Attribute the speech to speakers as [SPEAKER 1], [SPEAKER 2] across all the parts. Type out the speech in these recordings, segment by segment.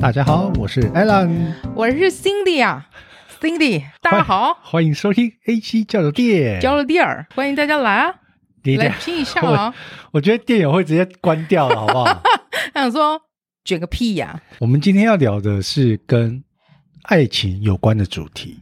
[SPEAKER 1] 大家好，我是 Alan，
[SPEAKER 2] 我是 Cindy 啊，Cindy，大家好，
[SPEAKER 1] 欢迎收听 A 七交流店。
[SPEAKER 2] 交了地儿，欢迎大家来啊，
[SPEAKER 1] 你
[SPEAKER 2] 来
[SPEAKER 1] 的，
[SPEAKER 2] 拼一下啊！
[SPEAKER 1] 我觉得店友会直接关掉了，好不 好？
[SPEAKER 2] 他想说卷个屁呀、
[SPEAKER 1] 我们今天要聊的是跟爱情有关的主题，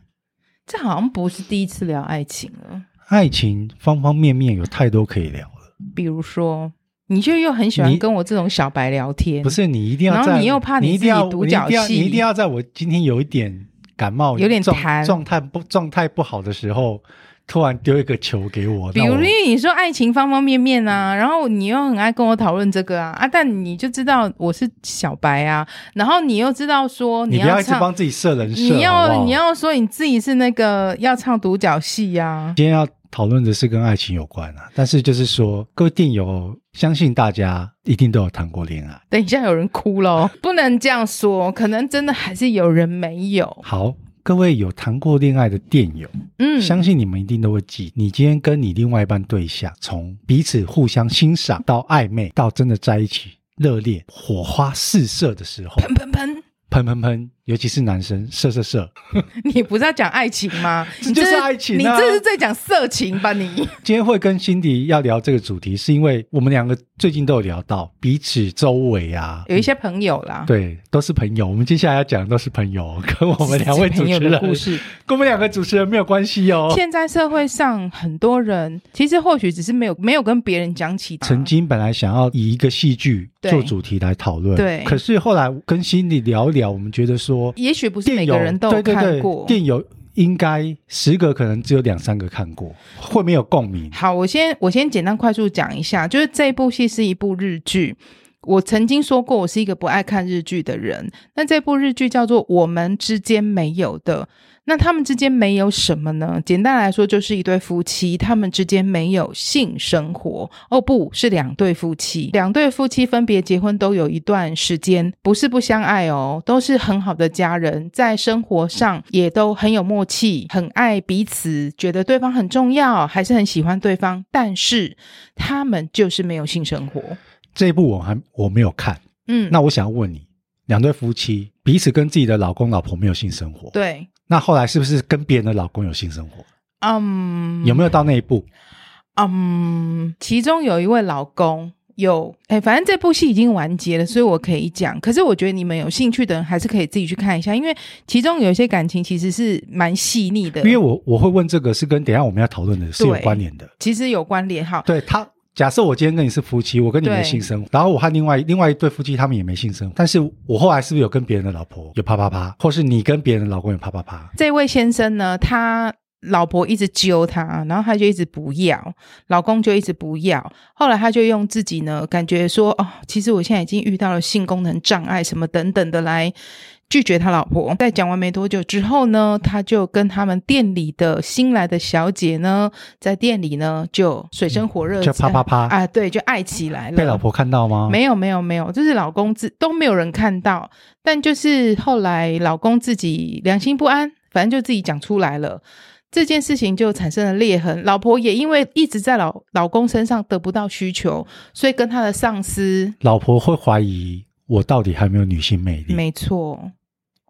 [SPEAKER 2] 这好像不是第一次聊爱情啊了。
[SPEAKER 1] 爱情方方面面有太多可以聊了，
[SPEAKER 2] 比如说，你就又很喜欢
[SPEAKER 1] 你
[SPEAKER 2] 跟我这种小白聊天，
[SPEAKER 1] 不是你一定要
[SPEAKER 2] 嗯然后
[SPEAKER 1] 在，
[SPEAKER 2] 你又怕你
[SPEAKER 1] 一定要，
[SPEAKER 2] 自己独
[SPEAKER 1] 你一定要，
[SPEAKER 2] 角戏
[SPEAKER 1] 你一定要在我今天有一点感冒，
[SPEAKER 2] 有点
[SPEAKER 1] 状
[SPEAKER 2] 痰
[SPEAKER 1] 状态不状态不好的时候，突然丢一个球给我，
[SPEAKER 2] 比
[SPEAKER 1] 让
[SPEAKER 2] 如
[SPEAKER 1] 我
[SPEAKER 2] 因为你说爱情方方面面啊，然后你又很爱跟我讨论这个啊啊，但你就知道我是小白啊，然后你又知道说
[SPEAKER 1] 你不要
[SPEAKER 2] 要
[SPEAKER 1] 一直
[SPEAKER 2] 唱，
[SPEAKER 1] 帮自己设人设，
[SPEAKER 2] 你
[SPEAKER 1] 好不
[SPEAKER 2] 要
[SPEAKER 1] 好
[SPEAKER 2] 你要说你自己是那个要唱独角戏呀、啊，
[SPEAKER 1] 今天要讨论的是跟爱情有关啊，但是就是说，各位电友，相信大家一定都有谈过恋爱。
[SPEAKER 2] 等一下有人 哭喽，不能这样说，可能真的还是有人没有。
[SPEAKER 1] 好，各位有谈过恋爱的电友，
[SPEAKER 2] 嗯，
[SPEAKER 1] 相信你们一定都会记，你今天跟你另外一半对象，从彼此互相欣赏到暧昧，到真的在一起。热烈火花四射的时候，
[SPEAKER 2] 喷喷喷，
[SPEAKER 1] 喷喷喷，尤其是男生射射射。
[SPEAKER 2] 你不是要讲爱情吗？
[SPEAKER 1] 这
[SPEAKER 2] 你这
[SPEAKER 1] 就是爱情啊
[SPEAKER 2] 你这是在讲色情 吧你？
[SPEAKER 1] 今天会跟辛迪要聊这个主题，是因为我们两个最近都有聊到彼此周围啊，
[SPEAKER 2] 有一些朋友啦，
[SPEAKER 1] 对，都是朋友。我们接下来要讲的都是朋友， 跟我们两位主
[SPEAKER 2] 朋
[SPEAKER 1] 持
[SPEAKER 2] 友
[SPEAKER 1] 人
[SPEAKER 2] 的故事。
[SPEAKER 1] 跟我们两个主持人没有关系哦。
[SPEAKER 2] 现在社会上很多人其实或许只是没有没有跟别人讲起他，
[SPEAKER 1] 曾经本来想要以一个戏剧
[SPEAKER 2] 对
[SPEAKER 1] 做主题来讨论，
[SPEAKER 2] 对
[SPEAKER 1] 可是后来跟心理聊一聊，我们觉得说，
[SPEAKER 2] 也许不是
[SPEAKER 1] 电
[SPEAKER 2] 每
[SPEAKER 1] 友
[SPEAKER 2] 个人都有
[SPEAKER 1] 对对
[SPEAKER 2] 看
[SPEAKER 1] 对
[SPEAKER 2] 过。
[SPEAKER 1] 电友应该十个可能只有两三个看过，会没有共鸣。
[SPEAKER 2] 好，我先我先简单快速讲一下，就是这部戏是一部日剧。我曾经说过，我是一个不爱看日剧的人。那这部日剧叫做《我们之间没有的》。那他们之间没有什么呢？简单来说，就是一对夫妻，他们之间没有性生活。哦，不是两对夫妻，两对夫妻分别结婚都有一段时间，不是不相爱哦，都是很好的家人，在生活上也都很有默契，很爱彼此，觉得对方很重要，还是很喜欢对方。但是他们就是没有性生活。
[SPEAKER 1] 这一部我还我没有看，
[SPEAKER 2] 嗯，
[SPEAKER 1] 那我想要问你，两对夫妻彼此跟自己的老公老婆没有性生活，
[SPEAKER 2] 对，
[SPEAKER 1] 那后来是不是跟别人的老公有性生活？
[SPEAKER 2] 嗯，
[SPEAKER 1] 有没有到那一步？
[SPEAKER 2] 嗯，其中有一位老公有，哎，反正这部戏已经完结了，所以我可以讲。可是我觉得你们有兴趣的人还是可以自己去看一下，因为其中有一些感情其实是蛮细腻的，
[SPEAKER 1] 因为我我会问这个是跟等一下我们要讨论的是有
[SPEAKER 2] 对
[SPEAKER 1] 关联的。
[SPEAKER 2] 其实有关联哈。
[SPEAKER 1] 对他，假设我今天跟你是夫妻，我跟你没
[SPEAKER 2] 对
[SPEAKER 1] 性生活，然后我和另外另外一对夫妻他们也没性生活，但是我后来是不是有跟别人的老婆有啪啪啪，或是你跟别人的老公有啪啪啪？
[SPEAKER 2] 这位先生呢，他老婆一直揪他，然后他就一直不要，老公就一直不要。后来他就用自己呢，感觉说哦，其实我现在已经遇到了性功能障碍什么等等的来。拒绝他老婆，在讲完没多久之后呢，他就跟他们店里的新来的小姐呢，在店里呢就水深火
[SPEAKER 1] 嗯
[SPEAKER 2] 热，
[SPEAKER 1] 就啪啪啪
[SPEAKER 2] 啊，对，就爱起来了。
[SPEAKER 1] 被老婆看到吗？
[SPEAKER 2] 没有没有没有，就是老公自都没有人看到，但就是后来老公自己良心不安，反正就自己讲出来了。这件事情就产生了裂痕，老婆也因为一直在老老公身上得不到需求，所以跟她的上司，
[SPEAKER 1] 老婆会怀疑我到底还有没有女性魅力。
[SPEAKER 2] 没错，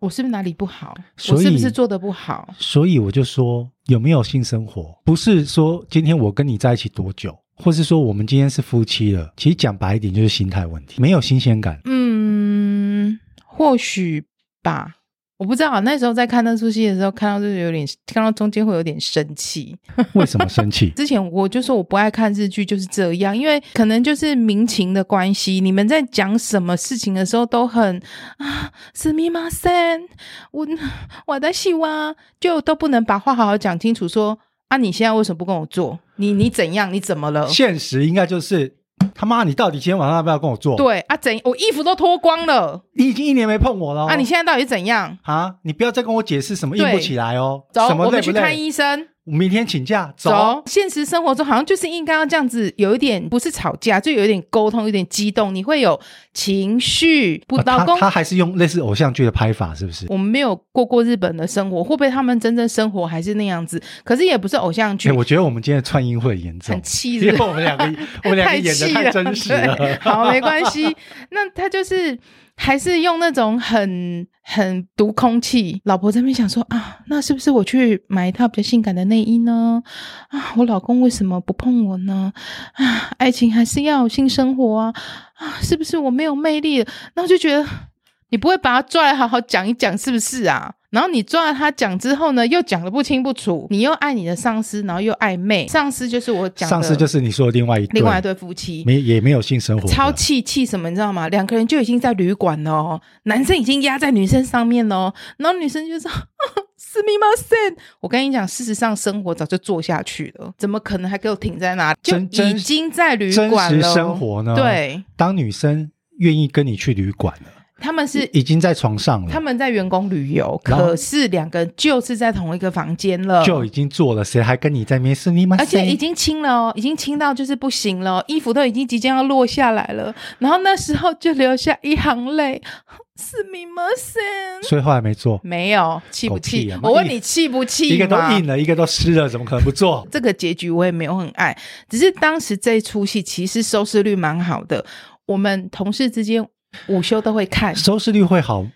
[SPEAKER 2] 我是不是哪里不好？
[SPEAKER 1] 嗯所
[SPEAKER 2] 我
[SPEAKER 1] 以
[SPEAKER 2] 是不是做的不好？
[SPEAKER 1] 所以我就说，有没有性生活，不是说今天我跟你在一起多久，或是说我们今天是夫妻了。其实讲白一点，就是心态问题，没有新鲜感。
[SPEAKER 2] 嗯，或许吧，我不知道。啊那时候在看那出戏的时候，看到就是有点，看到中间会有点生气。？
[SPEAKER 1] 为什么生气
[SPEAKER 2] 之前我就说我不爱看日剧，就是这样，因为可能就是民情的关系，你们在讲什么事情的时候都很啊，すみません，我我的希望就都不能把话好好讲清楚说啊，你现在为什么不跟我做？你你怎样？你怎么了？
[SPEAKER 1] 现实应该就是他妈，你到底今天晚上要不要跟我做？
[SPEAKER 2] 对啊，怎我衣服都脱光了
[SPEAKER 1] 你已经一年没碰我了哦、
[SPEAKER 2] 啊？你现在到底怎样？
[SPEAKER 1] 啊，你不要再跟我解释什么硬
[SPEAKER 2] 对
[SPEAKER 1] 不起来哦，
[SPEAKER 2] 走，
[SPEAKER 1] 什么
[SPEAKER 2] 我
[SPEAKER 1] 累
[SPEAKER 2] 们
[SPEAKER 1] 不
[SPEAKER 2] 去
[SPEAKER 1] 累？
[SPEAKER 2] 看医生。
[SPEAKER 1] 我明天请假，走。啊
[SPEAKER 2] 走，现实生活中好像就是应该要这样子，有一点不是吵架，就有一点沟通，有点激动，你会有情绪。不，
[SPEAKER 1] 啊
[SPEAKER 2] 老公
[SPEAKER 1] 他他还是用类似偶像剧的拍法，是不是？
[SPEAKER 2] 我们没有过过日本的生活，会不会他们真正生活还是那样子？可是也不是偶像剧，
[SPEAKER 1] 哎，我觉得我们今天的串音会很严重
[SPEAKER 2] 很，气
[SPEAKER 1] 因
[SPEAKER 2] 是
[SPEAKER 1] 为 我们两个我们两个演的
[SPEAKER 2] 气
[SPEAKER 1] 太
[SPEAKER 2] 了，
[SPEAKER 1] 真实了。
[SPEAKER 2] 对好，没关系。那他就是还是用那种很很读空气。老婆在那边想说啊，那是不是我去买一套比较性感的内衣呢？啊，我老公为什么不碰我呢？啊，爱情还是要有性生活啊！啊，是不是我没有魅力了？然后就觉得你不会把他抓来好好讲一讲，是不是啊？然后你抓了他讲之后呢，又讲的不清不楚，你又爱你的上司，然后又暧昧，上司就是我 讲的
[SPEAKER 1] 上司就是你说的另外一对
[SPEAKER 2] 另外一对夫妻，
[SPEAKER 1] 没也没有性生活的，
[SPEAKER 2] 超气气什么，你知道吗？两个人就已经在旅馆了哦，男生已经压在女生上面了哦，然后女生就说：“ 是密码线。”我跟你讲，事实上生活早就做下去了，怎么可能还给我停在那里？就
[SPEAKER 1] 真真
[SPEAKER 2] 已经在旅
[SPEAKER 1] 真
[SPEAKER 2] 馆
[SPEAKER 1] 实
[SPEAKER 2] 了哦。
[SPEAKER 1] 生活呢？，
[SPEAKER 2] 对，
[SPEAKER 1] 当女生愿意跟你去旅馆了，
[SPEAKER 2] 他们是
[SPEAKER 1] 已经在床上了，
[SPEAKER 2] 他们在员工旅游，
[SPEAKER 1] 嗯然后
[SPEAKER 2] 可是两个人就是在同一个房间了，
[SPEAKER 1] 就已经做了，谁还跟你在面试你吗？
[SPEAKER 2] 嗯而且已经亲了哦，已经亲到就是不行了哦，衣服都已经即将要落下来了。然后那时候就留下一行泪， 是你们先。
[SPEAKER 1] 所以后来没做，
[SPEAKER 2] 没有气不
[SPEAKER 1] 狗屁
[SPEAKER 2] 气？
[SPEAKER 1] 啊
[SPEAKER 2] 我问你气不气嘛？？
[SPEAKER 1] 一个都硬了，一个都湿了，怎么可能不做
[SPEAKER 2] 这个结局我也没有很爱，只是当时这一出戏其实收视率蛮好的，我们同事之间午休都会看，
[SPEAKER 1] 收视率会好，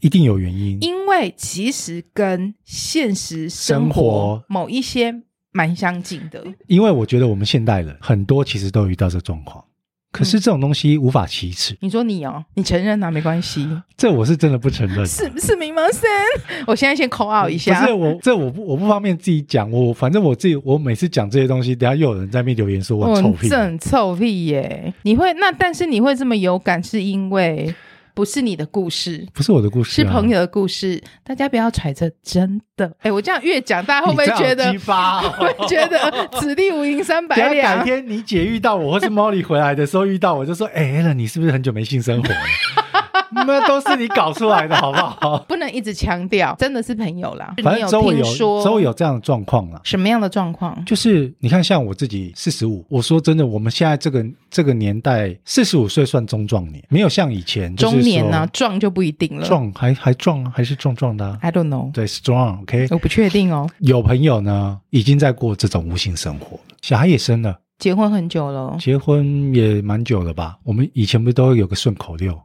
[SPEAKER 1] 一定有原因。
[SPEAKER 2] 因为其实跟现实生
[SPEAKER 1] 生
[SPEAKER 2] 活
[SPEAKER 1] 活
[SPEAKER 2] 某一些蛮相近的。
[SPEAKER 1] 因为我觉得我们现代人很多其实都遇到这状况，可是这种东西无法启齿，
[SPEAKER 2] 你说你哦，你承认啊，没关系，
[SPEAKER 1] 这我是真的不承认。
[SPEAKER 2] 是是冥王森， 我现在先口out一
[SPEAKER 1] 不
[SPEAKER 2] 下
[SPEAKER 1] 是，我，这我不我不方便自己讲，我反正我自己，我每次讲这些东西，等下又有人在那边留言说我很臭屁
[SPEAKER 2] 嗯，这很臭屁耶！你会那，但是你会这么有感，是因为不是你的故事。
[SPEAKER 1] 不是我的故事、
[SPEAKER 2] 是
[SPEAKER 1] 啊，
[SPEAKER 2] 朋友的故事，大家不要揣测，真的。哎，我这样越讲，大家
[SPEAKER 1] 你
[SPEAKER 2] 会不会
[SPEAKER 1] 这样
[SPEAKER 2] 觉得
[SPEAKER 1] 激发哦、
[SPEAKER 2] 会不会觉得此地无银三百
[SPEAKER 1] 等下
[SPEAKER 2] 两
[SPEAKER 1] 改？天你姐遇到我，或是 Molly 回来的时候遇到我，就说：“哎、a l a n 你是不是很久没性生活了？” 那都是你搞出来的，好不好？
[SPEAKER 2] 不能一直强调，真的是朋友啦。
[SPEAKER 1] 反
[SPEAKER 2] 你
[SPEAKER 1] 正周围
[SPEAKER 2] 听
[SPEAKER 1] 有
[SPEAKER 2] 说
[SPEAKER 1] 周围有这样的状况啦。
[SPEAKER 2] 什么样的状况？
[SPEAKER 1] 就是你看，像我自己四十五，我说真的，我们现在这个这个年代，四十五岁算中壮年，没有像以前就是
[SPEAKER 2] 中年啊呢、
[SPEAKER 1] 呢、
[SPEAKER 2] 壮就不一定了。
[SPEAKER 1] 壮还还壮啊还是壮壮的、啊，
[SPEAKER 2] I don't know，
[SPEAKER 1] 对，strong，OK、
[SPEAKER 2] 我不确定哦。
[SPEAKER 1] 有朋友呢，已经在过这种无性生活了，小孩也生了，
[SPEAKER 2] 结婚很久了，哦
[SPEAKER 1] 结婚也蛮久了吧？我们以前不都有个顺口溜，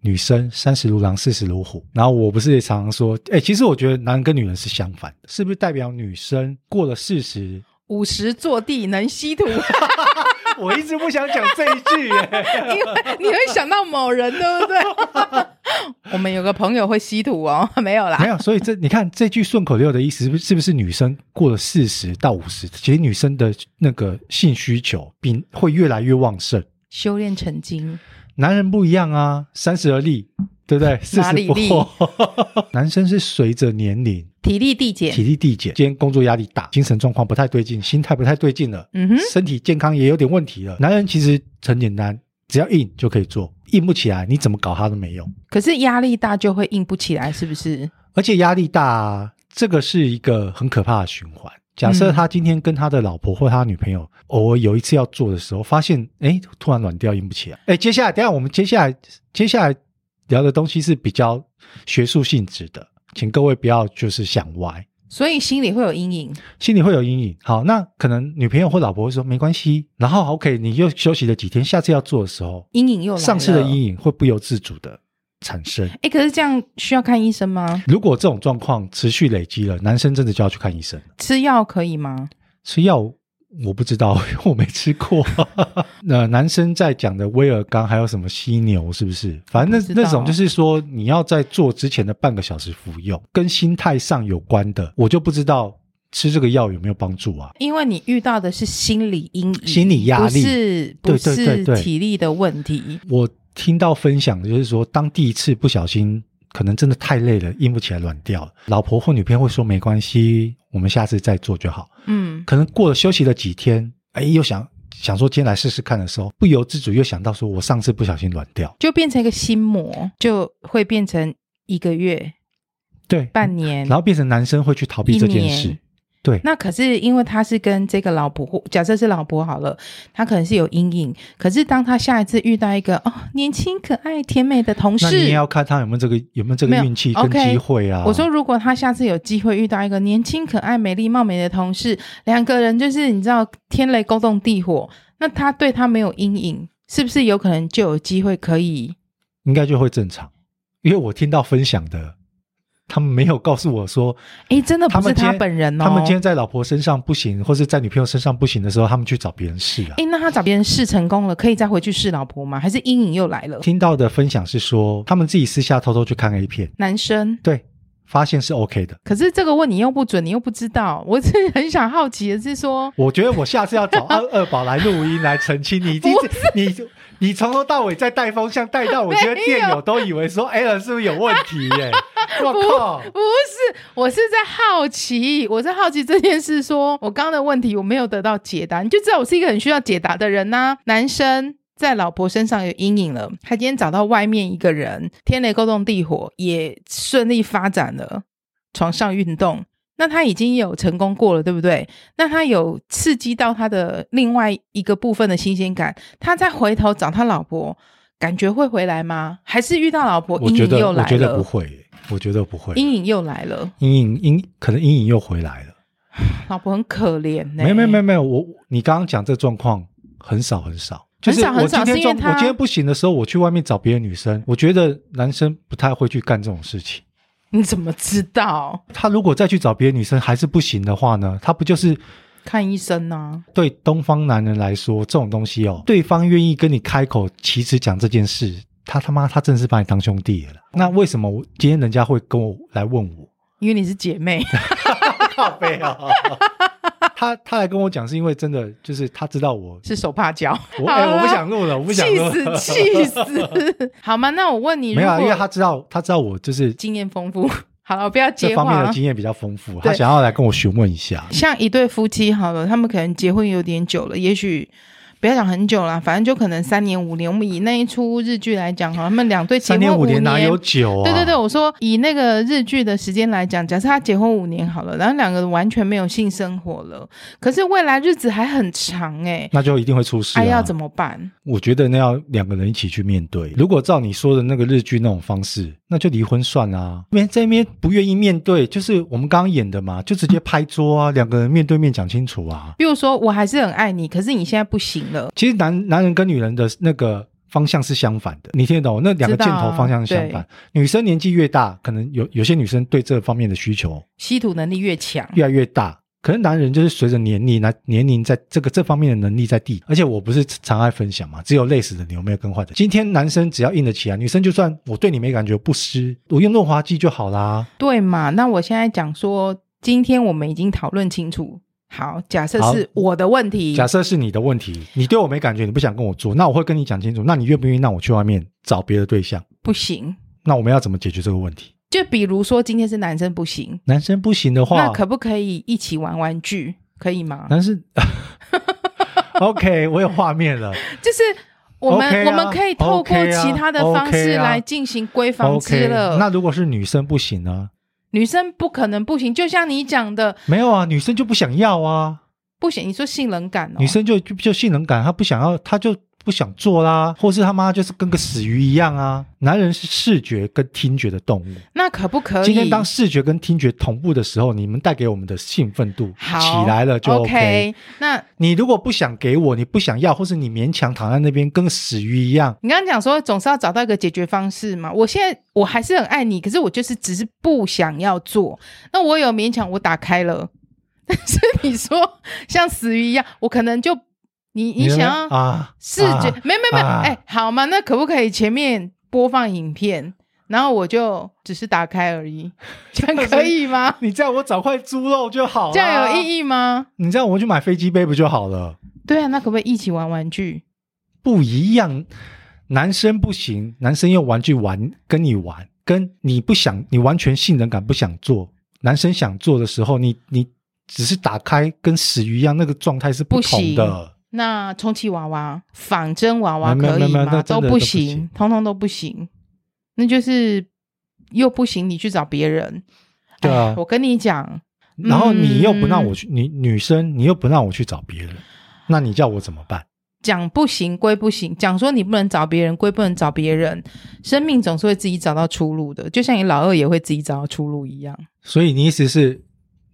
[SPEAKER 1] 女生三十如狼，四十如虎。然后我不是也常常说，哎、其实我觉得男人跟女人是相反的，是不是代表女生过了四 十？
[SPEAKER 2] 五十坐地能吸土，因
[SPEAKER 1] 我一直不想讲这一句、 耶
[SPEAKER 2] 为你会想到某人，对不对？ 我们有个朋友会吸土哦， 没有
[SPEAKER 1] 没
[SPEAKER 2] 啦，
[SPEAKER 1] 有。所以这你看这句顺口溜的意思，是不是是不是女生过了四十到五十，其实女生的那个性需求比会越来越旺盛。
[SPEAKER 2] 修炼成精。
[SPEAKER 1] 男人不一样啊，三十而立，对不对？四
[SPEAKER 2] 哪
[SPEAKER 1] 十
[SPEAKER 2] 里
[SPEAKER 1] 不惑。 男生是随着年龄
[SPEAKER 2] 体力递
[SPEAKER 1] 体
[SPEAKER 2] 减。
[SPEAKER 1] 力递减，今天工作压力大，精神状况不太对劲，心态不太对劲了，
[SPEAKER 2] 嗯哼，
[SPEAKER 1] 身体健康也有点问题了。男人其实很简单，只要硬就可以做，硬不起来你怎么搞他都没用。
[SPEAKER 2] 可是压力大就会硬不起来，是不是？
[SPEAKER 1] 而且压力大、这个是一个很可怕的循环。假设
[SPEAKER 2] 嗯
[SPEAKER 1] 他今天跟他的老婆或他女朋友偶尔有一次要做的时候，发现哎突然软掉硬不起来。哎，接下来等一下我们接下来接下来聊的东西是比较学术性质的，请各位不要就是想歪。
[SPEAKER 2] 所以心里会有阴影。
[SPEAKER 1] 心里会有阴影。好，那可能女朋友或老婆会说没关系，然后 OK，你又休息了几天，下次要做的时候，
[SPEAKER 2] 阴影又来了
[SPEAKER 1] 上次的阴影会不由自主的产生。
[SPEAKER 2] 哎，可是这样需要看医生吗？
[SPEAKER 1] 如果这种状况持续累积了，男生真的就要去看医生了。
[SPEAKER 2] 吃药可以吗？
[SPEAKER 1] 吃药我不知道， 因为我没吃过。 那、男生在讲的威尔刚还有什么犀牛，是不是？反正
[SPEAKER 2] 不知
[SPEAKER 1] 那
[SPEAKER 2] 道
[SPEAKER 1] 那种就是说，你要在做之前的半个小时服用，跟心态上有关的，我就不知道吃这个药有没有帮助啊。
[SPEAKER 2] 因为你遇到的是心理阴影、
[SPEAKER 1] 心理压力
[SPEAKER 2] 嗯不是不
[SPEAKER 1] 对对对
[SPEAKER 2] 是
[SPEAKER 1] 对
[SPEAKER 2] 体力的问题。
[SPEAKER 1] 我听到分享的就是说，当第一次不小心，可能真的太累了，硬不起来软掉了，老婆或女朋友会说没关系，我们下次再做就好。
[SPEAKER 2] 嗯，
[SPEAKER 1] 可能过了休息了几天，哎，又想想说今天来试试看的时候，不由自主又想到说我上次不小心软掉，
[SPEAKER 2] 就变成一个心魔，就会变成一个月、
[SPEAKER 1] 对，
[SPEAKER 2] 半年，
[SPEAKER 1] 然后变成男生会去逃避
[SPEAKER 2] 一
[SPEAKER 1] 这件
[SPEAKER 2] 年。
[SPEAKER 1] 事，对，
[SPEAKER 2] 嗯那可是因为他是跟这个老婆或，假设是老婆好了，他可能是有阴影。可是当他下一次遇到一个哦年轻可爱甜美的同
[SPEAKER 1] 那你也
[SPEAKER 2] 事，
[SPEAKER 1] 要看他有没有这个有没有这个
[SPEAKER 2] 没有
[SPEAKER 1] 运气跟
[SPEAKER 2] OK，
[SPEAKER 1] 机会啊。
[SPEAKER 2] 我说如果他下次有机会遇到一个年轻可爱、美丽貌美的同事，两个人就是你知道天雷勾动地火，那他对他没有阴影，是不是有可能就有机会可以
[SPEAKER 1] 应该就会正常。因为我听到分享的，他们没有告诉我说
[SPEAKER 2] 哎，真的
[SPEAKER 1] 他
[SPEAKER 2] 不
[SPEAKER 1] 们
[SPEAKER 2] 是
[SPEAKER 1] 今
[SPEAKER 2] 他
[SPEAKER 1] 天
[SPEAKER 2] 本人哦。
[SPEAKER 1] 他们今天在老婆身上不行，或是在女朋友身上不行的时候，他们去找别人试啊。
[SPEAKER 2] 哎，那他找别人试成功了，可以再回去试老婆吗？还是阴影又来了？
[SPEAKER 1] 听到的分享是说，他们自己私下偷偷去看 A 片，
[SPEAKER 2] 男生，
[SPEAKER 1] 对，发现是 OK 的。
[SPEAKER 2] 可是这个问你又不准，你又不知道。我是很想好奇的是说，
[SPEAKER 1] 我觉得我下次要 找二二宝来录音来澄清，你一定
[SPEAKER 2] 不
[SPEAKER 1] 你你从头到尾在带风向，带到我觉得
[SPEAKER 2] 没有
[SPEAKER 1] 电友都以为 说 a l 是不是有问题耶、我靠！
[SPEAKER 2] 不是，我是在好奇，我在好奇这件事说我刚刚的问题我没有得到解答，你就知道我是一个很需要解答的人呐、男生在老婆身上有阴影了，他今天找到外面一个人，天雷勾动地火，也顺利发展了床上运动。那他已经有成功过了，对不对？那他有刺激到他的另外一个部分的新鲜感，他再回头找他老婆，感觉会回来吗？还是遇到老婆
[SPEAKER 1] 我
[SPEAKER 2] 阴
[SPEAKER 1] 觉
[SPEAKER 2] 影
[SPEAKER 1] 得
[SPEAKER 2] 又来
[SPEAKER 1] 我
[SPEAKER 2] 了？
[SPEAKER 1] 觉得不会耶、我觉得不会，
[SPEAKER 2] 阴影又来了。
[SPEAKER 1] 阴影阴可能阴影又回来了。
[SPEAKER 2] 老婆很可怜呢、
[SPEAKER 1] 没有没有没有没有，我你刚刚讲这状况很少很少，就是
[SPEAKER 2] 很少
[SPEAKER 1] 我
[SPEAKER 2] 很少
[SPEAKER 1] 今天状
[SPEAKER 2] 是因为他
[SPEAKER 1] 我今天不行的时候，我去外面找别的女生，我觉得男生不太会去干这种事情。
[SPEAKER 2] 你怎么知道？
[SPEAKER 1] 他如果再去找别的女生还是不行的话呢，他不就是
[SPEAKER 2] 看医生啊呢、
[SPEAKER 1] 对东方男人来说这种东西哦，对方愿意跟你开口启齿讲这件事，他他妈他真的是把你当兄弟了啦。那为什么我今天人家会跟我来问我？
[SPEAKER 2] 因为你是姐妹，
[SPEAKER 1] 靠背啊！他他来跟我讲，是因为真的就是他知道我，
[SPEAKER 2] 是手帕脚。
[SPEAKER 1] 我
[SPEAKER 2] 好
[SPEAKER 1] 哎、
[SPEAKER 2] 啦
[SPEAKER 1] 我不想录了，我不想
[SPEAKER 2] 气
[SPEAKER 1] 录
[SPEAKER 2] 死
[SPEAKER 1] 了。
[SPEAKER 2] 气死！ 好吗？那我问你，
[SPEAKER 1] 没有啊，
[SPEAKER 2] 如
[SPEAKER 1] 因
[SPEAKER 2] 果
[SPEAKER 1] 为他知道，他知道我就是
[SPEAKER 2] 经验丰富，好了，我不要
[SPEAKER 1] 这
[SPEAKER 2] 接
[SPEAKER 1] 方面的
[SPEAKER 2] 话。
[SPEAKER 1] 经验比较丰富，
[SPEAKER 2] 对
[SPEAKER 1] 他想要来跟我询问一下。
[SPEAKER 2] 像一对夫妻好了，他们可能结婚有点久了，也许不要讲很久啦，反正就可能三年五年。我们以那一出日剧来讲，好了，他们两对结
[SPEAKER 1] 三
[SPEAKER 2] 婚
[SPEAKER 1] 年五
[SPEAKER 2] 年
[SPEAKER 1] 年哪有久啊？
[SPEAKER 2] 对对对，我说以那个日剧的时间来讲，假设他结婚五年好了，然后两个人完全没有性生活了，可是未来日子还很长哎、
[SPEAKER 1] 那就一定会出事、啊。
[SPEAKER 2] 哎、要怎么办？
[SPEAKER 1] 我觉得那要两个人一起去面对。如果照你说的那个日剧那种方式，那就离婚算啦、啊。没在那边不愿意面对，就是我们刚刚演的嘛，就直接拍桌啊，两个人面对面讲清楚啊。
[SPEAKER 2] 比如说，我还是很爱你，可是你现在不行了，
[SPEAKER 1] 其实男男人跟女人的那个方向是相反的，你听得懂？那两个
[SPEAKER 2] 知道
[SPEAKER 1] 箭
[SPEAKER 2] 啊
[SPEAKER 1] 头方向是相反。女生年纪越大，可能有有些女生对这方面的需求
[SPEAKER 2] 吸土能力越强，
[SPEAKER 1] 越来越大。可能男人就是随着年龄来年龄在这个这方面的能力在递，而且我不是常爱分享嘛，只有累死的牛没有更坏的。今天男生只要硬得起来，女生就算我对你没感觉不湿，我用润滑剂就好啦。
[SPEAKER 2] 对嘛？那我现在讲说，今天我们已经讨论清楚。好，假设
[SPEAKER 1] 好
[SPEAKER 2] 是我的问题，
[SPEAKER 1] 假设是你的问题，你对我没感觉，你不想跟我做，那我会跟你讲清楚。那你愿不愿意让我去外面找别的对象？
[SPEAKER 2] 不行，
[SPEAKER 1] 那我们要怎么解决这个问题？
[SPEAKER 2] 就比如说今天是男生不行，
[SPEAKER 1] 男生不行的
[SPEAKER 2] 那
[SPEAKER 1] 话，
[SPEAKER 2] 可不可以一起玩玩具？可以吗？
[SPEAKER 1] 男生 OK，我有画面 了。
[SPEAKER 2] 就是我们
[SPEAKER 1] OK 啊
[SPEAKER 2] 我们可以透过
[SPEAKER 1] OK 啊
[SPEAKER 2] 其他的方
[SPEAKER 1] OK
[SPEAKER 2] 式
[SPEAKER 1] 啊
[SPEAKER 2] 来进行闺房之
[SPEAKER 1] OK，
[SPEAKER 2] 乐。
[SPEAKER 1] 那如果是女生不行呢？
[SPEAKER 2] 女生不可能不行，就像你讲的，
[SPEAKER 1] 没有啊，女生就不想要啊，
[SPEAKER 2] 不行。你说性冷感哦，
[SPEAKER 1] 女生就就就性能感，她不想要，她就不想做啦，或是他妈就是跟个死鱼一样啊。男人是视觉跟听觉的动物，
[SPEAKER 2] 那可不可以？
[SPEAKER 1] 今天当视觉跟听觉同步的时候，你们带给我们的兴奋度
[SPEAKER 2] 好
[SPEAKER 1] 起来了就
[SPEAKER 2] OK。那
[SPEAKER 1] 你如果不想给我，你不想要，或是你勉强躺在那边跟个死鱼一样，
[SPEAKER 2] 你刚刚讲说总是要找到一个解决方式嘛。我现在我还是很爱你，可是我就是只是不想要做。那我有勉强我打开了， 但是你说像死鱼一样，我可能就你你
[SPEAKER 1] 能
[SPEAKER 2] 想
[SPEAKER 1] 不能
[SPEAKER 2] 要
[SPEAKER 1] 啊，
[SPEAKER 2] 视觉、
[SPEAKER 1] 啊
[SPEAKER 2] 没没没，哎、
[SPEAKER 1] 啊
[SPEAKER 2] 好嘛，那可不可以前面播放影片，然后我就只是打开而已， 这样可以 吗？
[SPEAKER 1] 你叫我找块猪肉就好啦
[SPEAKER 2] 这样有意义吗？
[SPEAKER 1] 你这样我们去买飞机杯不就好了？
[SPEAKER 2] 对啊，那可不可以一起玩玩具？
[SPEAKER 1] 不一样，男生不行，男生用玩具玩跟你玩，跟你不想，你完全性能感不想做。男生想做的时候，你你只是打开跟死鱼一样，那个状态是不同的。
[SPEAKER 2] 那充气娃娃、仿真娃娃
[SPEAKER 1] 没
[SPEAKER 2] 可
[SPEAKER 1] 没
[SPEAKER 2] 以
[SPEAKER 1] 没
[SPEAKER 2] 吗？
[SPEAKER 1] 那真的
[SPEAKER 2] 不
[SPEAKER 1] 都不
[SPEAKER 2] 行
[SPEAKER 1] 行，
[SPEAKER 2] 通通都不行。那就是又不行，你去找别人。
[SPEAKER 1] 对啊
[SPEAKER 2] 哎我跟你讲，嗯
[SPEAKER 1] 然后你又不让我去，你女生你又不让我去找别人，那你叫我怎么办？
[SPEAKER 2] 讲不行归不行，讲说你不能找别人归不能找别人，生命总是会自己找到出路的，就像你老二也会自己找到出路一样。
[SPEAKER 1] 所以你意思是，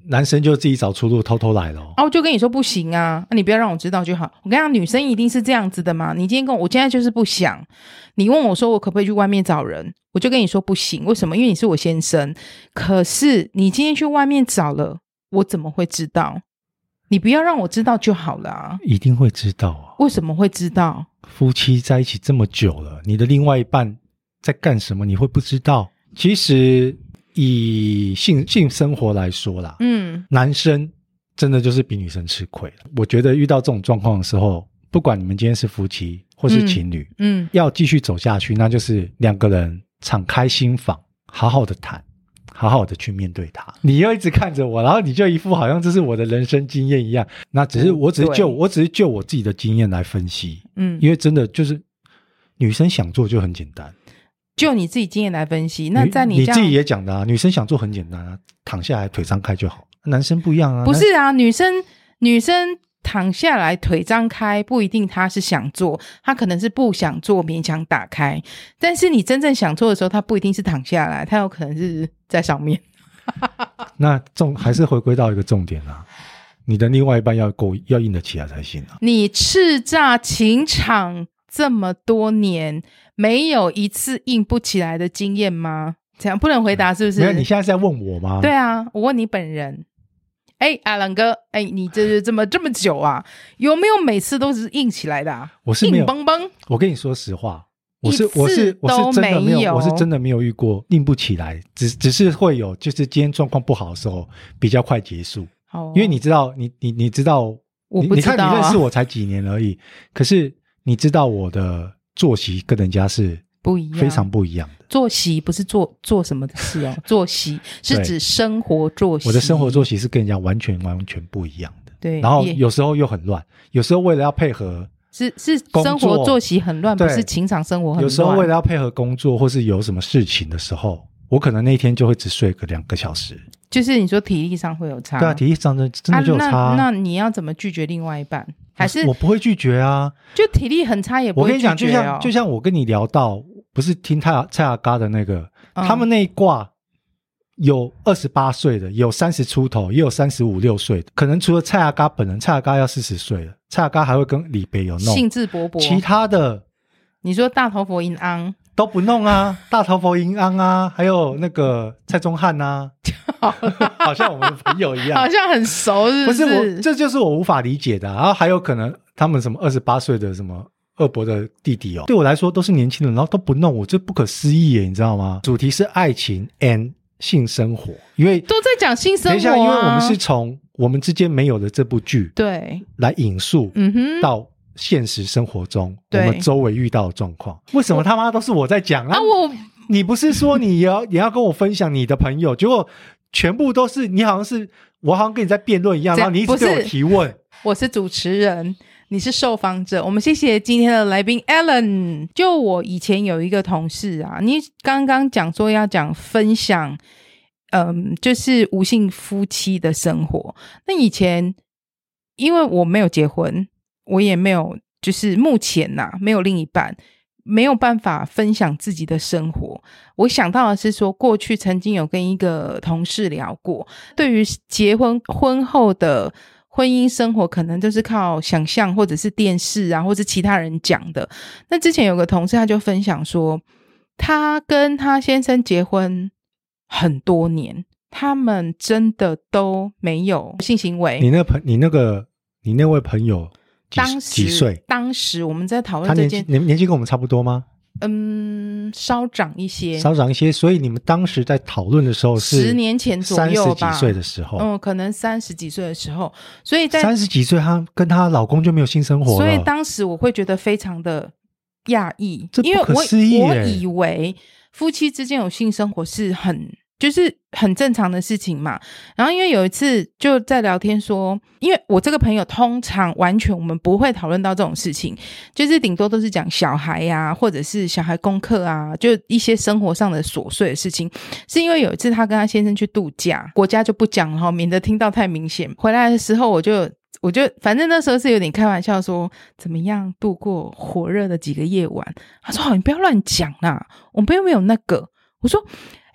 [SPEAKER 1] 男生就自己找出路，偷偷来咯。
[SPEAKER 2] 啊，我就跟你说不行啊，啊你不要让我知道就好。我跟你讲，女生一定是这样子的嘛。你今天跟我，我现在就是不想。你问我说我可不可以去外面找人，我就跟你说不行。为什么？因为你是我先生。可是你今天去外面找了，我怎么会知道？你不要让我知道就好了啊。
[SPEAKER 1] 一定会知道啊！
[SPEAKER 2] 为什么会知道？
[SPEAKER 1] 夫妻在一起这么久了，你的另外一半在干什么，你会不知道？其实以性性生活来说啦，
[SPEAKER 2] 嗯，
[SPEAKER 1] 男生真的就是比女生吃亏了。我觉得遇到这种状况的时候，不管你们今天是夫妻或是情侣，
[SPEAKER 2] 嗯
[SPEAKER 1] 要继续走下去，那就是两个人敞开心房，好好的谈，好好的去面对它。你又一直看着我，然后你就一副好像这是我的人生经验一样。那只是
[SPEAKER 2] 嗯
[SPEAKER 1] 我只是
[SPEAKER 2] 对
[SPEAKER 1] 就我只是就我自己的经验来分析，
[SPEAKER 2] 嗯，
[SPEAKER 1] 因为真的就是女生想做就很简单。
[SPEAKER 2] 就你自己经验来分析。那
[SPEAKER 1] 女
[SPEAKER 2] 在
[SPEAKER 1] 你
[SPEAKER 2] 这
[SPEAKER 1] 自己
[SPEAKER 2] 样，
[SPEAKER 1] 也讲的啊，女生想做很简单啊，躺下来腿张开就好。男生不一样啊，
[SPEAKER 2] 不
[SPEAKER 1] 男
[SPEAKER 2] 是啊，女生女生躺下来腿张开，不一定她是想做，她可能是不想做，勉强打开。但是你真正想做的时候，她不一定是躺下来，她有可能是在上面。
[SPEAKER 1] 那重还是回归到一个重点啊，你的另外一半要够要硬得起来才行啊。
[SPEAKER 2] 你叱咤情场这么多年，没有一次硬不起来的经验吗？这样不能回答是不
[SPEAKER 1] 没有，你
[SPEAKER 2] 是？
[SPEAKER 1] 现在是在问我吗？
[SPEAKER 2] 对，啊，我问你本人。哎，阿郎哥，哎，你这是这么这么久啊？有没有每次都是硬起来的、啊？
[SPEAKER 1] 我是没
[SPEAKER 2] 硬
[SPEAKER 1] 有。
[SPEAKER 2] 邦邦，
[SPEAKER 1] 我跟你说实话，我
[SPEAKER 2] 一
[SPEAKER 1] 是我
[SPEAKER 2] 次
[SPEAKER 1] 是我
[SPEAKER 2] 都
[SPEAKER 1] 是真的没
[SPEAKER 2] 没有
[SPEAKER 1] 有，我是真的没有遇过硬不起来，只只是会有，就是今天状况不好的时候比较快结束，
[SPEAKER 2] 好哦
[SPEAKER 1] 因为你知道，你你你知道，
[SPEAKER 2] 我
[SPEAKER 1] 你
[SPEAKER 2] 不
[SPEAKER 1] 你
[SPEAKER 2] 知道、
[SPEAKER 1] 看
[SPEAKER 2] 啊、
[SPEAKER 1] 你认识我才几年而已，可是你知道我的作息跟人家是
[SPEAKER 2] 不一样，
[SPEAKER 1] 非常不一样的，
[SPEAKER 2] 作息不是做做什么的事 哦，作息是
[SPEAKER 1] 对
[SPEAKER 2] 指生活作息。
[SPEAKER 1] 我的生活作息是跟人家完全完全不一样的，
[SPEAKER 2] 对，
[SPEAKER 1] 然后
[SPEAKER 2] 也
[SPEAKER 1] 有时候又很乱，有时候为了要配合
[SPEAKER 2] 是是
[SPEAKER 1] 工
[SPEAKER 2] 生活
[SPEAKER 1] 作
[SPEAKER 2] 作息很乱，不
[SPEAKER 1] 对
[SPEAKER 2] 是情场生活很乱。
[SPEAKER 1] 有时候为了要配合工作或是有什么事情的时候，我可能那一天就会只睡个两个小时。
[SPEAKER 2] 就是你说体力上会有差，
[SPEAKER 1] 对啊，体力上真真的就有差、
[SPEAKER 2] 啊那。那你要怎么拒绝另外一半？还是
[SPEAKER 1] 我不会拒绝啊！
[SPEAKER 2] 就体力很差也不
[SPEAKER 1] 我
[SPEAKER 2] 会
[SPEAKER 1] 跟你
[SPEAKER 2] 拒绝、
[SPEAKER 1] 讲，就
[SPEAKER 2] 哦、
[SPEAKER 1] 像就像我跟你聊到，不是听蔡雅蔡雅嘎的那个，
[SPEAKER 2] 嗯
[SPEAKER 1] 他们那一卦有二十八岁的，有三十出头，也有三十五六岁的，可能除了蔡雅嘎本人，蔡雅嘎要四十岁了，蔡雅嘎还会跟李北有弄
[SPEAKER 2] 兴，致勃勃。
[SPEAKER 1] 其他的
[SPEAKER 2] 你说大头佛银昂，
[SPEAKER 1] 都不弄 啊，大头佛银安啊，还有那个蔡宗翰啊， 好像我们的朋友一
[SPEAKER 2] 好
[SPEAKER 1] 样。
[SPEAKER 2] 像很熟，是
[SPEAKER 1] 不
[SPEAKER 2] 是
[SPEAKER 1] 是我，这就是我无法理解的啊、然后还有可能他们什么二十八岁的什么二伯的弟弟哦，对我来说都是年轻人，然后都不弄，我这不可思议耶，你知道吗？主题是爱情 and 性生活，因为
[SPEAKER 2] 都在讲性生
[SPEAKER 1] 等
[SPEAKER 2] 活、啊。
[SPEAKER 1] 一下，因为我们是从我们之间没有的这部剧
[SPEAKER 2] 对，
[SPEAKER 1] 来引述
[SPEAKER 2] 嗯哼。
[SPEAKER 1] 到现实生活中我
[SPEAKER 2] 对
[SPEAKER 1] 们周围遇到的状况。为什么他妈都是我在讲
[SPEAKER 2] 啊，
[SPEAKER 1] 啊？
[SPEAKER 2] 我
[SPEAKER 1] 你不是说你也要 也要跟我分享你的朋友，结果全部都是你好像是我好像跟你在辩论一样，
[SPEAKER 2] 这
[SPEAKER 1] 然后你一
[SPEAKER 2] 不
[SPEAKER 1] 直对我
[SPEAKER 2] 是
[SPEAKER 1] 提问。
[SPEAKER 2] 我是主持人，你是受访者。我们谢谢今天的来宾 Alan。就我以前有一个同事啊，你刚刚讲说要讲分享，嗯，就是无性夫妻的生活。那以前因为我没有结婚，我也没有，就是目前呐、没有另一半。没有办法分享自己的生活。我想到的是说，过去曾经有跟一个同事聊过，对于结婚婚后的婚姻生活，可能就是靠想象，或者是电视啊，或者其他人讲的。那之前有个同事，他就分享说，他跟他先生结婚很多年，他们真的都没有性行为。
[SPEAKER 1] 你那朋你那个你那位朋友几
[SPEAKER 2] 当时
[SPEAKER 1] 几岁？
[SPEAKER 2] 当时我们在讨
[SPEAKER 1] 他
[SPEAKER 2] 论这
[SPEAKER 1] 年纪
[SPEAKER 2] 件，
[SPEAKER 1] 年年纪跟我们差不多吗？
[SPEAKER 2] 嗯，稍长一些，
[SPEAKER 1] 稍长一些，所以你们当时在讨论的时候是
[SPEAKER 2] 十年前左
[SPEAKER 1] 三
[SPEAKER 2] 右
[SPEAKER 1] 十
[SPEAKER 2] 吧
[SPEAKER 1] 几岁的时候，
[SPEAKER 2] 嗯，可能三十几岁的时候，所以在
[SPEAKER 1] 三十几岁她跟她老公就没有性生活了，
[SPEAKER 2] 所以当时我会觉得非常的讶异
[SPEAKER 1] 这，不
[SPEAKER 2] 因为
[SPEAKER 1] 可思议
[SPEAKER 2] 我我
[SPEAKER 1] 耶
[SPEAKER 2] 以为夫妻之间有性生活是很就是很正常的事情嘛。然后因为有一次就在聊天说，因为我这个朋友通常完全我们不会讨论到这种事情，就是顶多都是讲小孩呀、或者是小孩功课啊，就一些生活上的琐碎的事情。是因为有一次她跟她先生去度假，国家就不讲了哈，免得听到太明显。回来的时候我就。我就反正那时候是有点开玩笑说，怎么样度过火热的几个夜晚？他说：“哦，你不要乱讲啦，我们又没有那个。”我说：“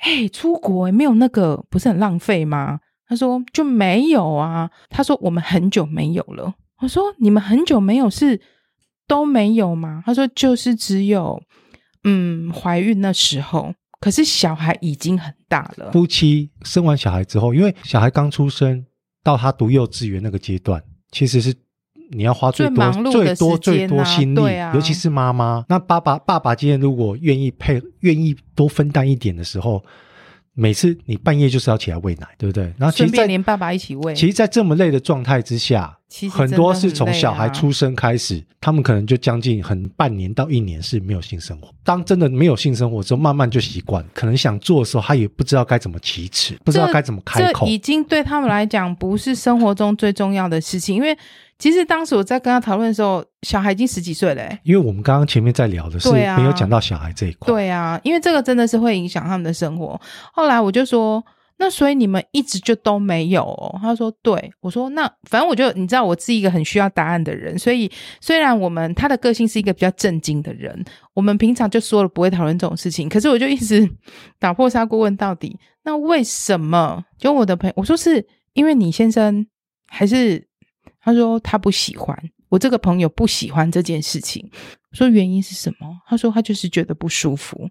[SPEAKER 2] 哎、出国、没有那个不是很浪费吗？”他说就没有啊。他说我们很久没有了。我说你们很久没有是都没有吗？他说就是只有嗯怀孕那时候，可是小孩已经很大了。
[SPEAKER 1] 夫妻生完小孩之后，因为小孩刚出生到他读幼稚园那个阶段，其实是你要花最
[SPEAKER 2] 最
[SPEAKER 1] 多、
[SPEAKER 2] 忙碌
[SPEAKER 1] 最
[SPEAKER 2] 的
[SPEAKER 1] 多、
[SPEAKER 2] 时
[SPEAKER 1] 最
[SPEAKER 2] 间啊
[SPEAKER 1] 多心力，
[SPEAKER 2] 对啊
[SPEAKER 1] 尤其是妈妈。那爸爸爸爸今天如果愿意配、愿意多分担一点的时候，每次你半夜就是要起来喂奶，对不对？然后其
[SPEAKER 2] 顺
[SPEAKER 1] 实
[SPEAKER 2] 便
[SPEAKER 1] 在
[SPEAKER 2] 连爸爸一起喂
[SPEAKER 1] 其实，在这么累的状态之下，
[SPEAKER 2] 其实
[SPEAKER 1] 很
[SPEAKER 2] 真
[SPEAKER 1] 多
[SPEAKER 2] 的
[SPEAKER 1] 是
[SPEAKER 2] 很
[SPEAKER 1] 从
[SPEAKER 2] 累
[SPEAKER 1] 小孩
[SPEAKER 2] 啊
[SPEAKER 1] 出生开始，他们可能就将近很半年到一年是没有性生活。当真的没有性生活之后，慢慢就习惯，可能想做的时候，他也不知道该怎么启齿，不知道该怎么开口
[SPEAKER 2] 这。已经对他们来讲不是生活中最重要的事情，因为其实当时我在跟他讨论的时候，小孩已经十几岁了、欸。
[SPEAKER 1] 因为我们刚刚前面在聊的是
[SPEAKER 2] 对啊
[SPEAKER 1] 没有讲到小孩这一块，
[SPEAKER 2] 对啊，因为这个真的是会影响他们的生活。后来我就说，那所以你们一直就都没有、哦？他说，对。我说，那反正我就你知道，我是一个很需要答案的人，所以虽然我们他的个性是一个比较震惊的人，我们平常就说了不会讨论这种事情，可是我就一直打破砂锅问到底，那为什么？就我的朋友，我说是因为你先生还是他说他不喜欢。我这个朋友不喜欢这件事情，我说原因是什么？他说他就是觉得不舒服。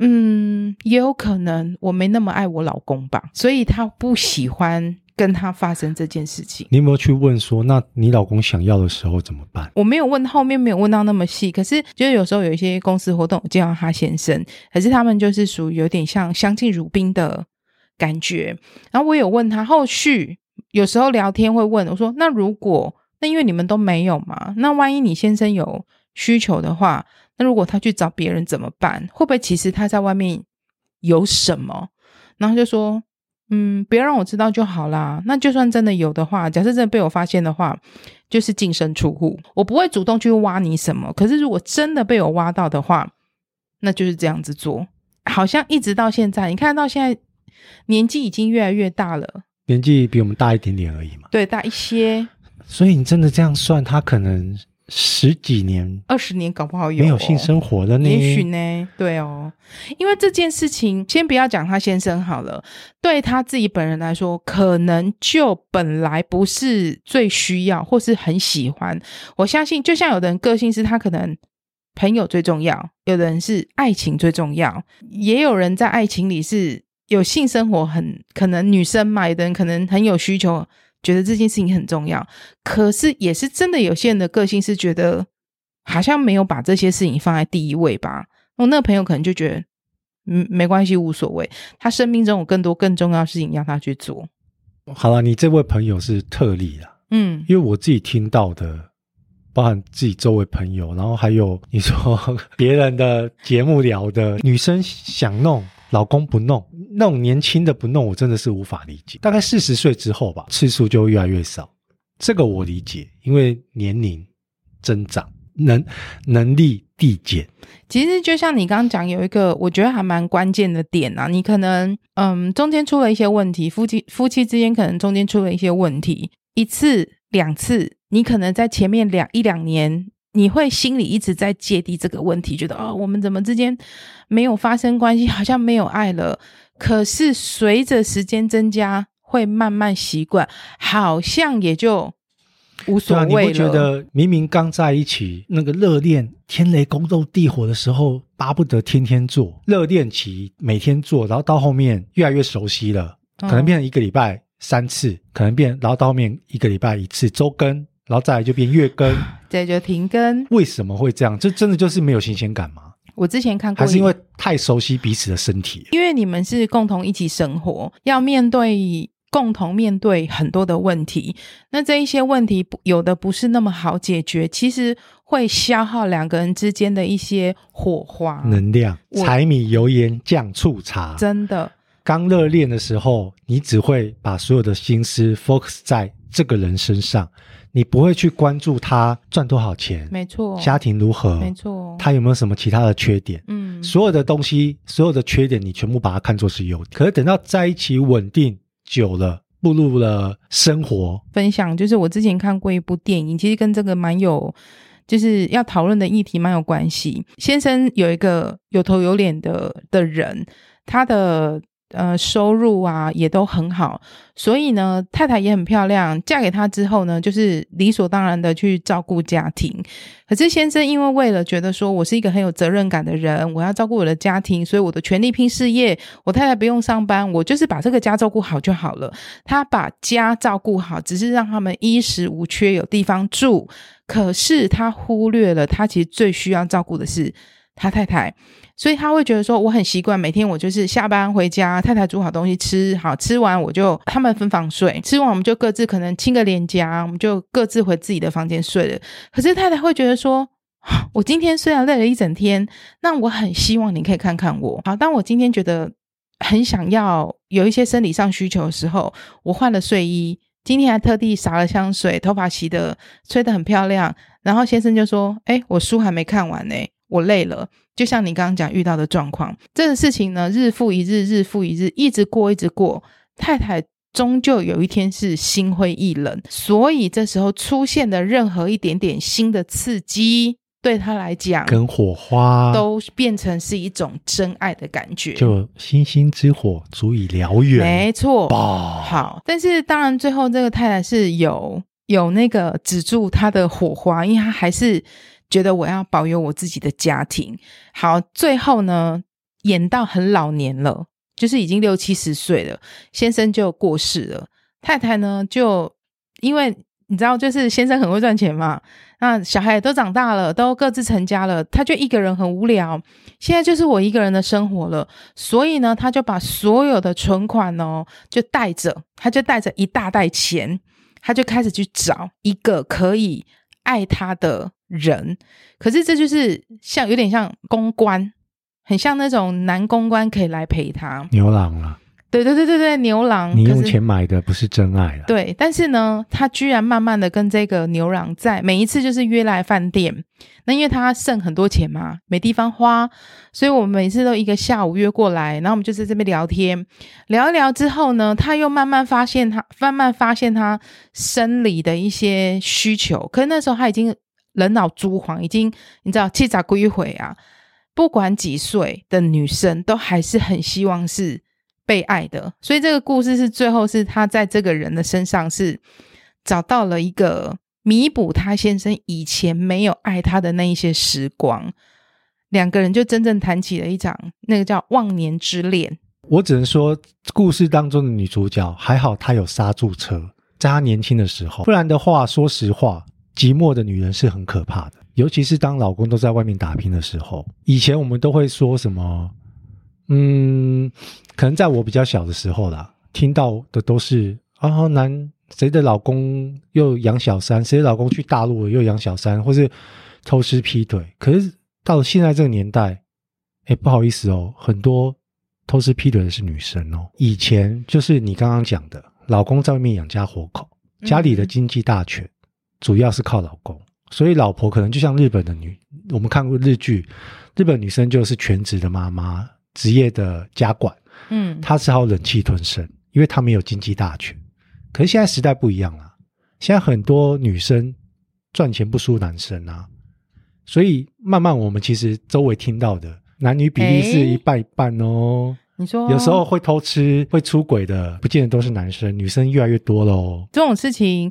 [SPEAKER 2] 嗯，也有可能我没那么爱我老公吧，所以他不喜欢跟他发生这件事情。
[SPEAKER 1] 你有没有去问说，那你老公想要的时候怎么办？
[SPEAKER 2] 我没有问后面没有问到那么细，可是就是有时候有一些公司活动，我见到他先生，可是他们就是属于有点像相敬如宾的感觉。然后我有问他后续，有时候聊天会问我说：“那如果那因为你们都没有嘛，那万一你先生有需求的话，那如果他去找别人怎么办？会不会其实他在外面有什么？”然后就说。嗯，不要让我知道就好啦。那就算真的有的话，假设真的被我发现的话，就是净身出户。我不会主动去挖你什么，可是如果真的被我挖到的话，那就是这样子做。好像一直到现在，你看到现在年纪已经越来越大了，
[SPEAKER 1] 年纪比我们大一点点而已嘛，
[SPEAKER 2] 对，大一些，
[SPEAKER 1] 所以你真的这样算，他可能十几年
[SPEAKER 2] 二十年搞不好有、哦
[SPEAKER 1] 没有性生活的呢。
[SPEAKER 2] 也许呢，对哦，因为这件事情，先不要讲他先生好了，对他自己本人来说，可能就本来不是最需要或是很喜欢。我相信，就像有的人个性是他可能朋友最重要，有的人是爱情最重要，也有人在爱情里是有性生活很可能女生嘛，有的人可能很有需求，觉得这件事情很重要。可是也是真的，有些人的个性是觉得好像没有把这些事情放在第一位吧。我那个朋友可能就觉得，嗯，没关系，无所谓。他生命中有更多更重要的事情让他去做。
[SPEAKER 1] 好了，你这位朋友是特例啦。
[SPEAKER 2] 嗯，
[SPEAKER 1] 因为我自己听到的，包含自己周围朋友，然后还有你说 别人的节目聊的，女生想弄，老公不弄，那种年轻的不弄，我真的是无法理解。大概四十岁之后吧，次数就会越来越少，这个我理解，因为年龄增长，能能力递减，
[SPEAKER 2] 其实就像你刚刚讲，有一个我觉得还蛮关键的点啊，你可能嗯中间出了一些问题，夫妻夫妻之间可能中间出了一些问题，一次两次，你可能在前面两一两年。你会心里一直在芥蒂这个问题，觉得
[SPEAKER 1] 嗯
[SPEAKER 2] 哦，我们怎么之间没有发生关系，好像没有爱了。可是随着时间增加，会慢慢习惯，好像也就无所
[SPEAKER 1] 对啊，你
[SPEAKER 2] 谓了。
[SPEAKER 1] 会觉得明明刚在一起，那个热恋天雷勾动地火的时候，巴不得天天做，热恋期每天做，然后到后面越来越熟悉了，可能
[SPEAKER 2] 嗯
[SPEAKER 1] 变成一个礼拜三次，可能变，然后到后面一个礼拜一次周更，然后再来就变月 更。
[SPEAKER 2] 对，就停更。
[SPEAKER 1] 为什么会这样？这真的就是没有新鲜感吗？
[SPEAKER 2] 我之前看过
[SPEAKER 1] 还
[SPEAKER 2] 一，
[SPEAKER 1] 是因为太熟悉彼此的身体？
[SPEAKER 2] 因为你们是共同一起生活，要面对共同面对很多的问题。那这一些问题不有的不是那么好解决，其实会消耗两个人之间的一些火花。
[SPEAKER 1] 能量、
[SPEAKER 2] 嗯我
[SPEAKER 1] 柴米油盐酱醋茶，
[SPEAKER 2] 真的，
[SPEAKER 1] 刚热恋的时候，你只会把所有的心思 focus 在这个人身上，你不会去关注他赚多少钱、
[SPEAKER 2] 没错，
[SPEAKER 1] 家庭如何、
[SPEAKER 2] 没错，
[SPEAKER 1] 他有没有什么其他的缺点。
[SPEAKER 2] 嗯，
[SPEAKER 1] 所有的东西，所有的缺点，你全部把它看作是优点。可是等到在一起稳定久了，步入了生活，
[SPEAKER 2] 分享，就是我之前看过一部电影，其实跟这个蛮有，就是要讨论的议题蛮有关系。先生有一个有头有脸的的人，他的呃收入啊也都很好，所以呢，太太也很漂亮。嫁给他之后呢，就是理所当然的去照顾家庭。可是先生因为为了觉得说我是一个很有责任感的人，我要照顾我的家庭，所以我的全力拼事业，我太太不用上班，我就是把这个家照顾好就好了。他把家照顾好，只是让他们衣食无缺，有地方住。可是他忽略了他其实最需要照顾的是他太太，所以他会觉得说我很习惯每天我就是下班回家，太太煮好东西吃，好吃完我就他们分房睡，吃完我们就各自可能亲个脸颊，我们就各自回自己的房间睡了。可是太太会觉得说。啊我今天虽然累了一整天，那我很希望你可以看看我。好，当我今天觉得很想要有一些生理上需求的时候，我换了睡衣，今天还特地洒了香水，头发洗的吹得很漂亮。然后先生就说：“哎，我书还没看完呢、我累了。”就像你刚刚讲遇到的状况，这个事情呢，日复一日，日复一日，一直过，一直过。太太终究有一天是心灰意冷，所以这时候出现的任何一点点新的刺激，对她来讲，
[SPEAKER 1] 跟火花
[SPEAKER 2] 都变成是一种真爱的感觉。
[SPEAKER 1] 就星星之火足以燎原哦
[SPEAKER 2] 没错，
[SPEAKER 1] 吧？
[SPEAKER 2] 好，但是当然最后这个太太是有有那个止住她的火花，因为她还是觉得我要保有我自己的家庭。好，最后呢，演到很老年了，就是已经六七十岁了，先生就过世了，太太呢就因为。你知道，就是先生很会赚钱嘛，那小孩也都长大了，都各自成家了，他就一个人很无聊。现在就是我一个人的生活了，所以呢，他就把所有的存款哦，就带着，他就带着一大袋钱，他就开始去找一个可以爱他的人。可是这就是像有点像公关，很像那种男公关可以来陪他。
[SPEAKER 1] 牛郎了，
[SPEAKER 2] 对对对对对，牛郎。
[SPEAKER 1] 你
[SPEAKER 2] 嗯可
[SPEAKER 1] 用
[SPEAKER 2] 是
[SPEAKER 1] 钱买的不是真爱了。
[SPEAKER 2] 对，但是呢，他居然慢慢的跟这个牛郎在每一次就是约来饭店，那因为他剩很多钱嘛，没地方花，所以我们每次都一个下午约过来，然后我们就在这边聊天，聊一聊之后呢，他又慢慢发现他慢慢发现他生理的一些需求，可是那时候他已经人老珠黄，已经你知道气炸归回啊，不管几岁的女生都还是很希望是被爱的，所以这个故事是最后是她在这个人的身上是找到了一个弥补她先生以前没有爱她的那一些时光，两个人就真正谈起了一场那个叫忘年之恋。
[SPEAKER 1] 我只能说，故事当中的女主角还好，她有刹住车，在她年轻的时候，不然的话，说实话，寂寞的女人是很可怕的，尤其是当老公都在外面打拼的时候。以前我们都会说什么，嗯，可能在我比较小的时候啦，听到的都是啊，男谁的老公又养小三，谁的老公去大陆了又养小三，或是偷吃劈腿。可是到了现在这个年代，哎，不好意思哦，很多偷吃劈腿的是女生哦。以前就是你刚刚讲的，老公在外面养家活口，家里的经济大权主要是靠老公，所以老婆可能就像日本的女，我们看过日剧，日本女生就是全职的妈妈，职业的家管，
[SPEAKER 2] 嗯，
[SPEAKER 1] 她只好忍气吞声，因为她没有经济大权。可是现在时代不一样了、现在很多女生赚钱不输男生啊，所以慢慢我们其实周围听到的男女比例是一半一半哦。
[SPEAKER 2] 你说
[SPEAKER 1] 有时候会偷吃、会出轨的，不见得都是男生，女生越来越多哦喽。
[SPEAKER 2] 这种事情，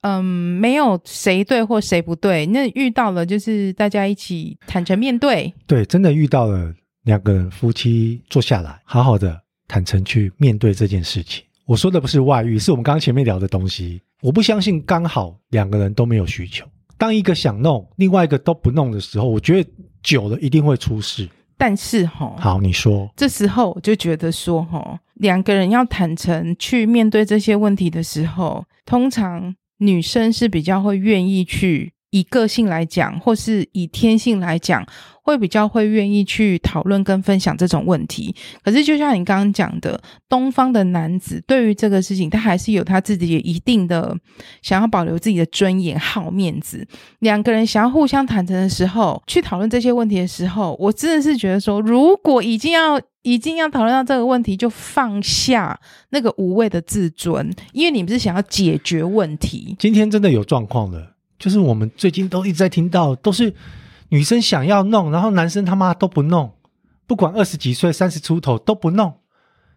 [SPEAKER 2] 嗯，没有谁对或谁不对，那遇到了就是大家一起坦诚面对。
[SPEAKER 1] 对，真的遇到了两个人夫妻坐下来，好好的坦诚去面对这件事情。我说的不是外遇，是我们刚刚前面聊的东西。我不相信刚好两个人都没有需求，当一个想弄，另外一个都不弄的时候，我觉得久了一定会出事。
[SPEAKER 2] 但是哈，
[SPEAKER 1] 好，你说
[SPEAKER 2] 这时候我就觉得说，哈，两个人要坦诚去面对这些问题的时候，通常女生是比较会愿意去，以个性来讲，或是以天性来讲，会比较会愿意去讨论跟分享这种问题。可是，就像你刚刚讲的，东方的男子对于这个事情，他还是有他自己一定的想要保留自己的尊严、好面子，两个人想要互相坦诚的时候，去讨论这些问题的时候，我真的是觉得说，如果已经要已经要讨论到这个问题，就放下那个无谓的自尊，因为你们是想要解决问题。
[SPEAKER 1] 今天真的有状况了，就是我们最近都一直在听到，都是女生想要弄，然后男生他妈都不弄，不管二十几岁、三十出头都不弄，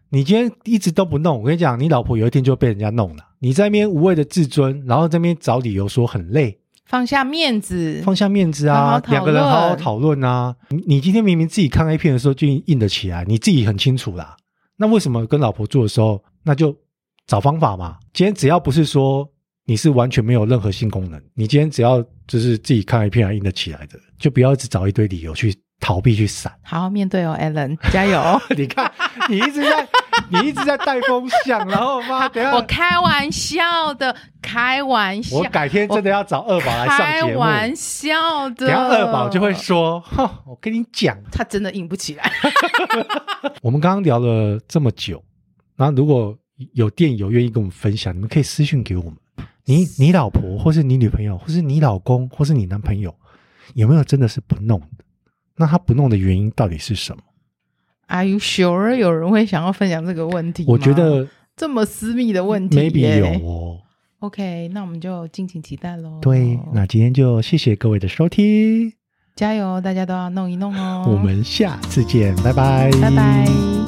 [SPEAKER 1] 你今天一直都不弄，我跟你讲，你老婆有一天就被人家弄了。你在那边无谓的自尊，然后在那边找理由说很累，
[SPEAKER 2] 放下面子，
[SPEAKER 1] 放下面子
[SPEAKER 2] 好好
[SPEAKER 1] 啊，
[SPEAKER 2] 讨
[SPEAKER 1] 两个人好好
[SPEAKER 2] 论
[SPEAKER 1] 讨论啊。你你今天明明自己看 A 片的时候就硬得起来，你自己很清楚啦。那为什么跟老婆做的时候，那就找方法嘛？今天只要不是说你是完全没有任何性功能，你今天只要就是自己看 A 片还啊硬得起来的，就不要一直找一堆理由去逃避去闪。
[SPEAKER 2] 好好面对哦，Allen，加油！
[SPEAKER 1] 你看，你一直在，你一直在带风向，然后 妈，等一下
[SPEAKER 2] 我开玩笑的，开玩笑
[SPEAKER 1] 我，改天真的要找二宝来上
[SPEAKER 2] 开
[SPEAKER 1] 节目，
[SPEAKER 2] 玩笑的。
[SPEAKER 1] 等一下二宝就会说：“哼，我跟你讲，
[SPEAKER 2] 他真的硬不起来。
[SPEAKER 1] 我们刚刚聊了这么久，那如果有电影有愿意跟我们分享，你们可以私信给我们。你你老婆，或是你女朋友，或是你老公，或是你男朋友，有没有真的是不弄的？那他不弄的原因到底是什么？
[SPEAKER 2] Are you sure 有人会想要分享这个问题吗？
[SPEAKER 1] 我觉得
[SPEAKER 2] 这么私密的问题耶
[SPEAKER 1] maybe 有哦。
[SPEAKER 2] OK，那我们就敬请期待喽。
[SPEAKER 1] 对，那今天就谢谢各位的收听，
[SPEAKER 2] 加油，大家都要弄一弄哦。
[SPEAKER 1] 我们下次见，拜
[SPEAKER 2] 拜拜。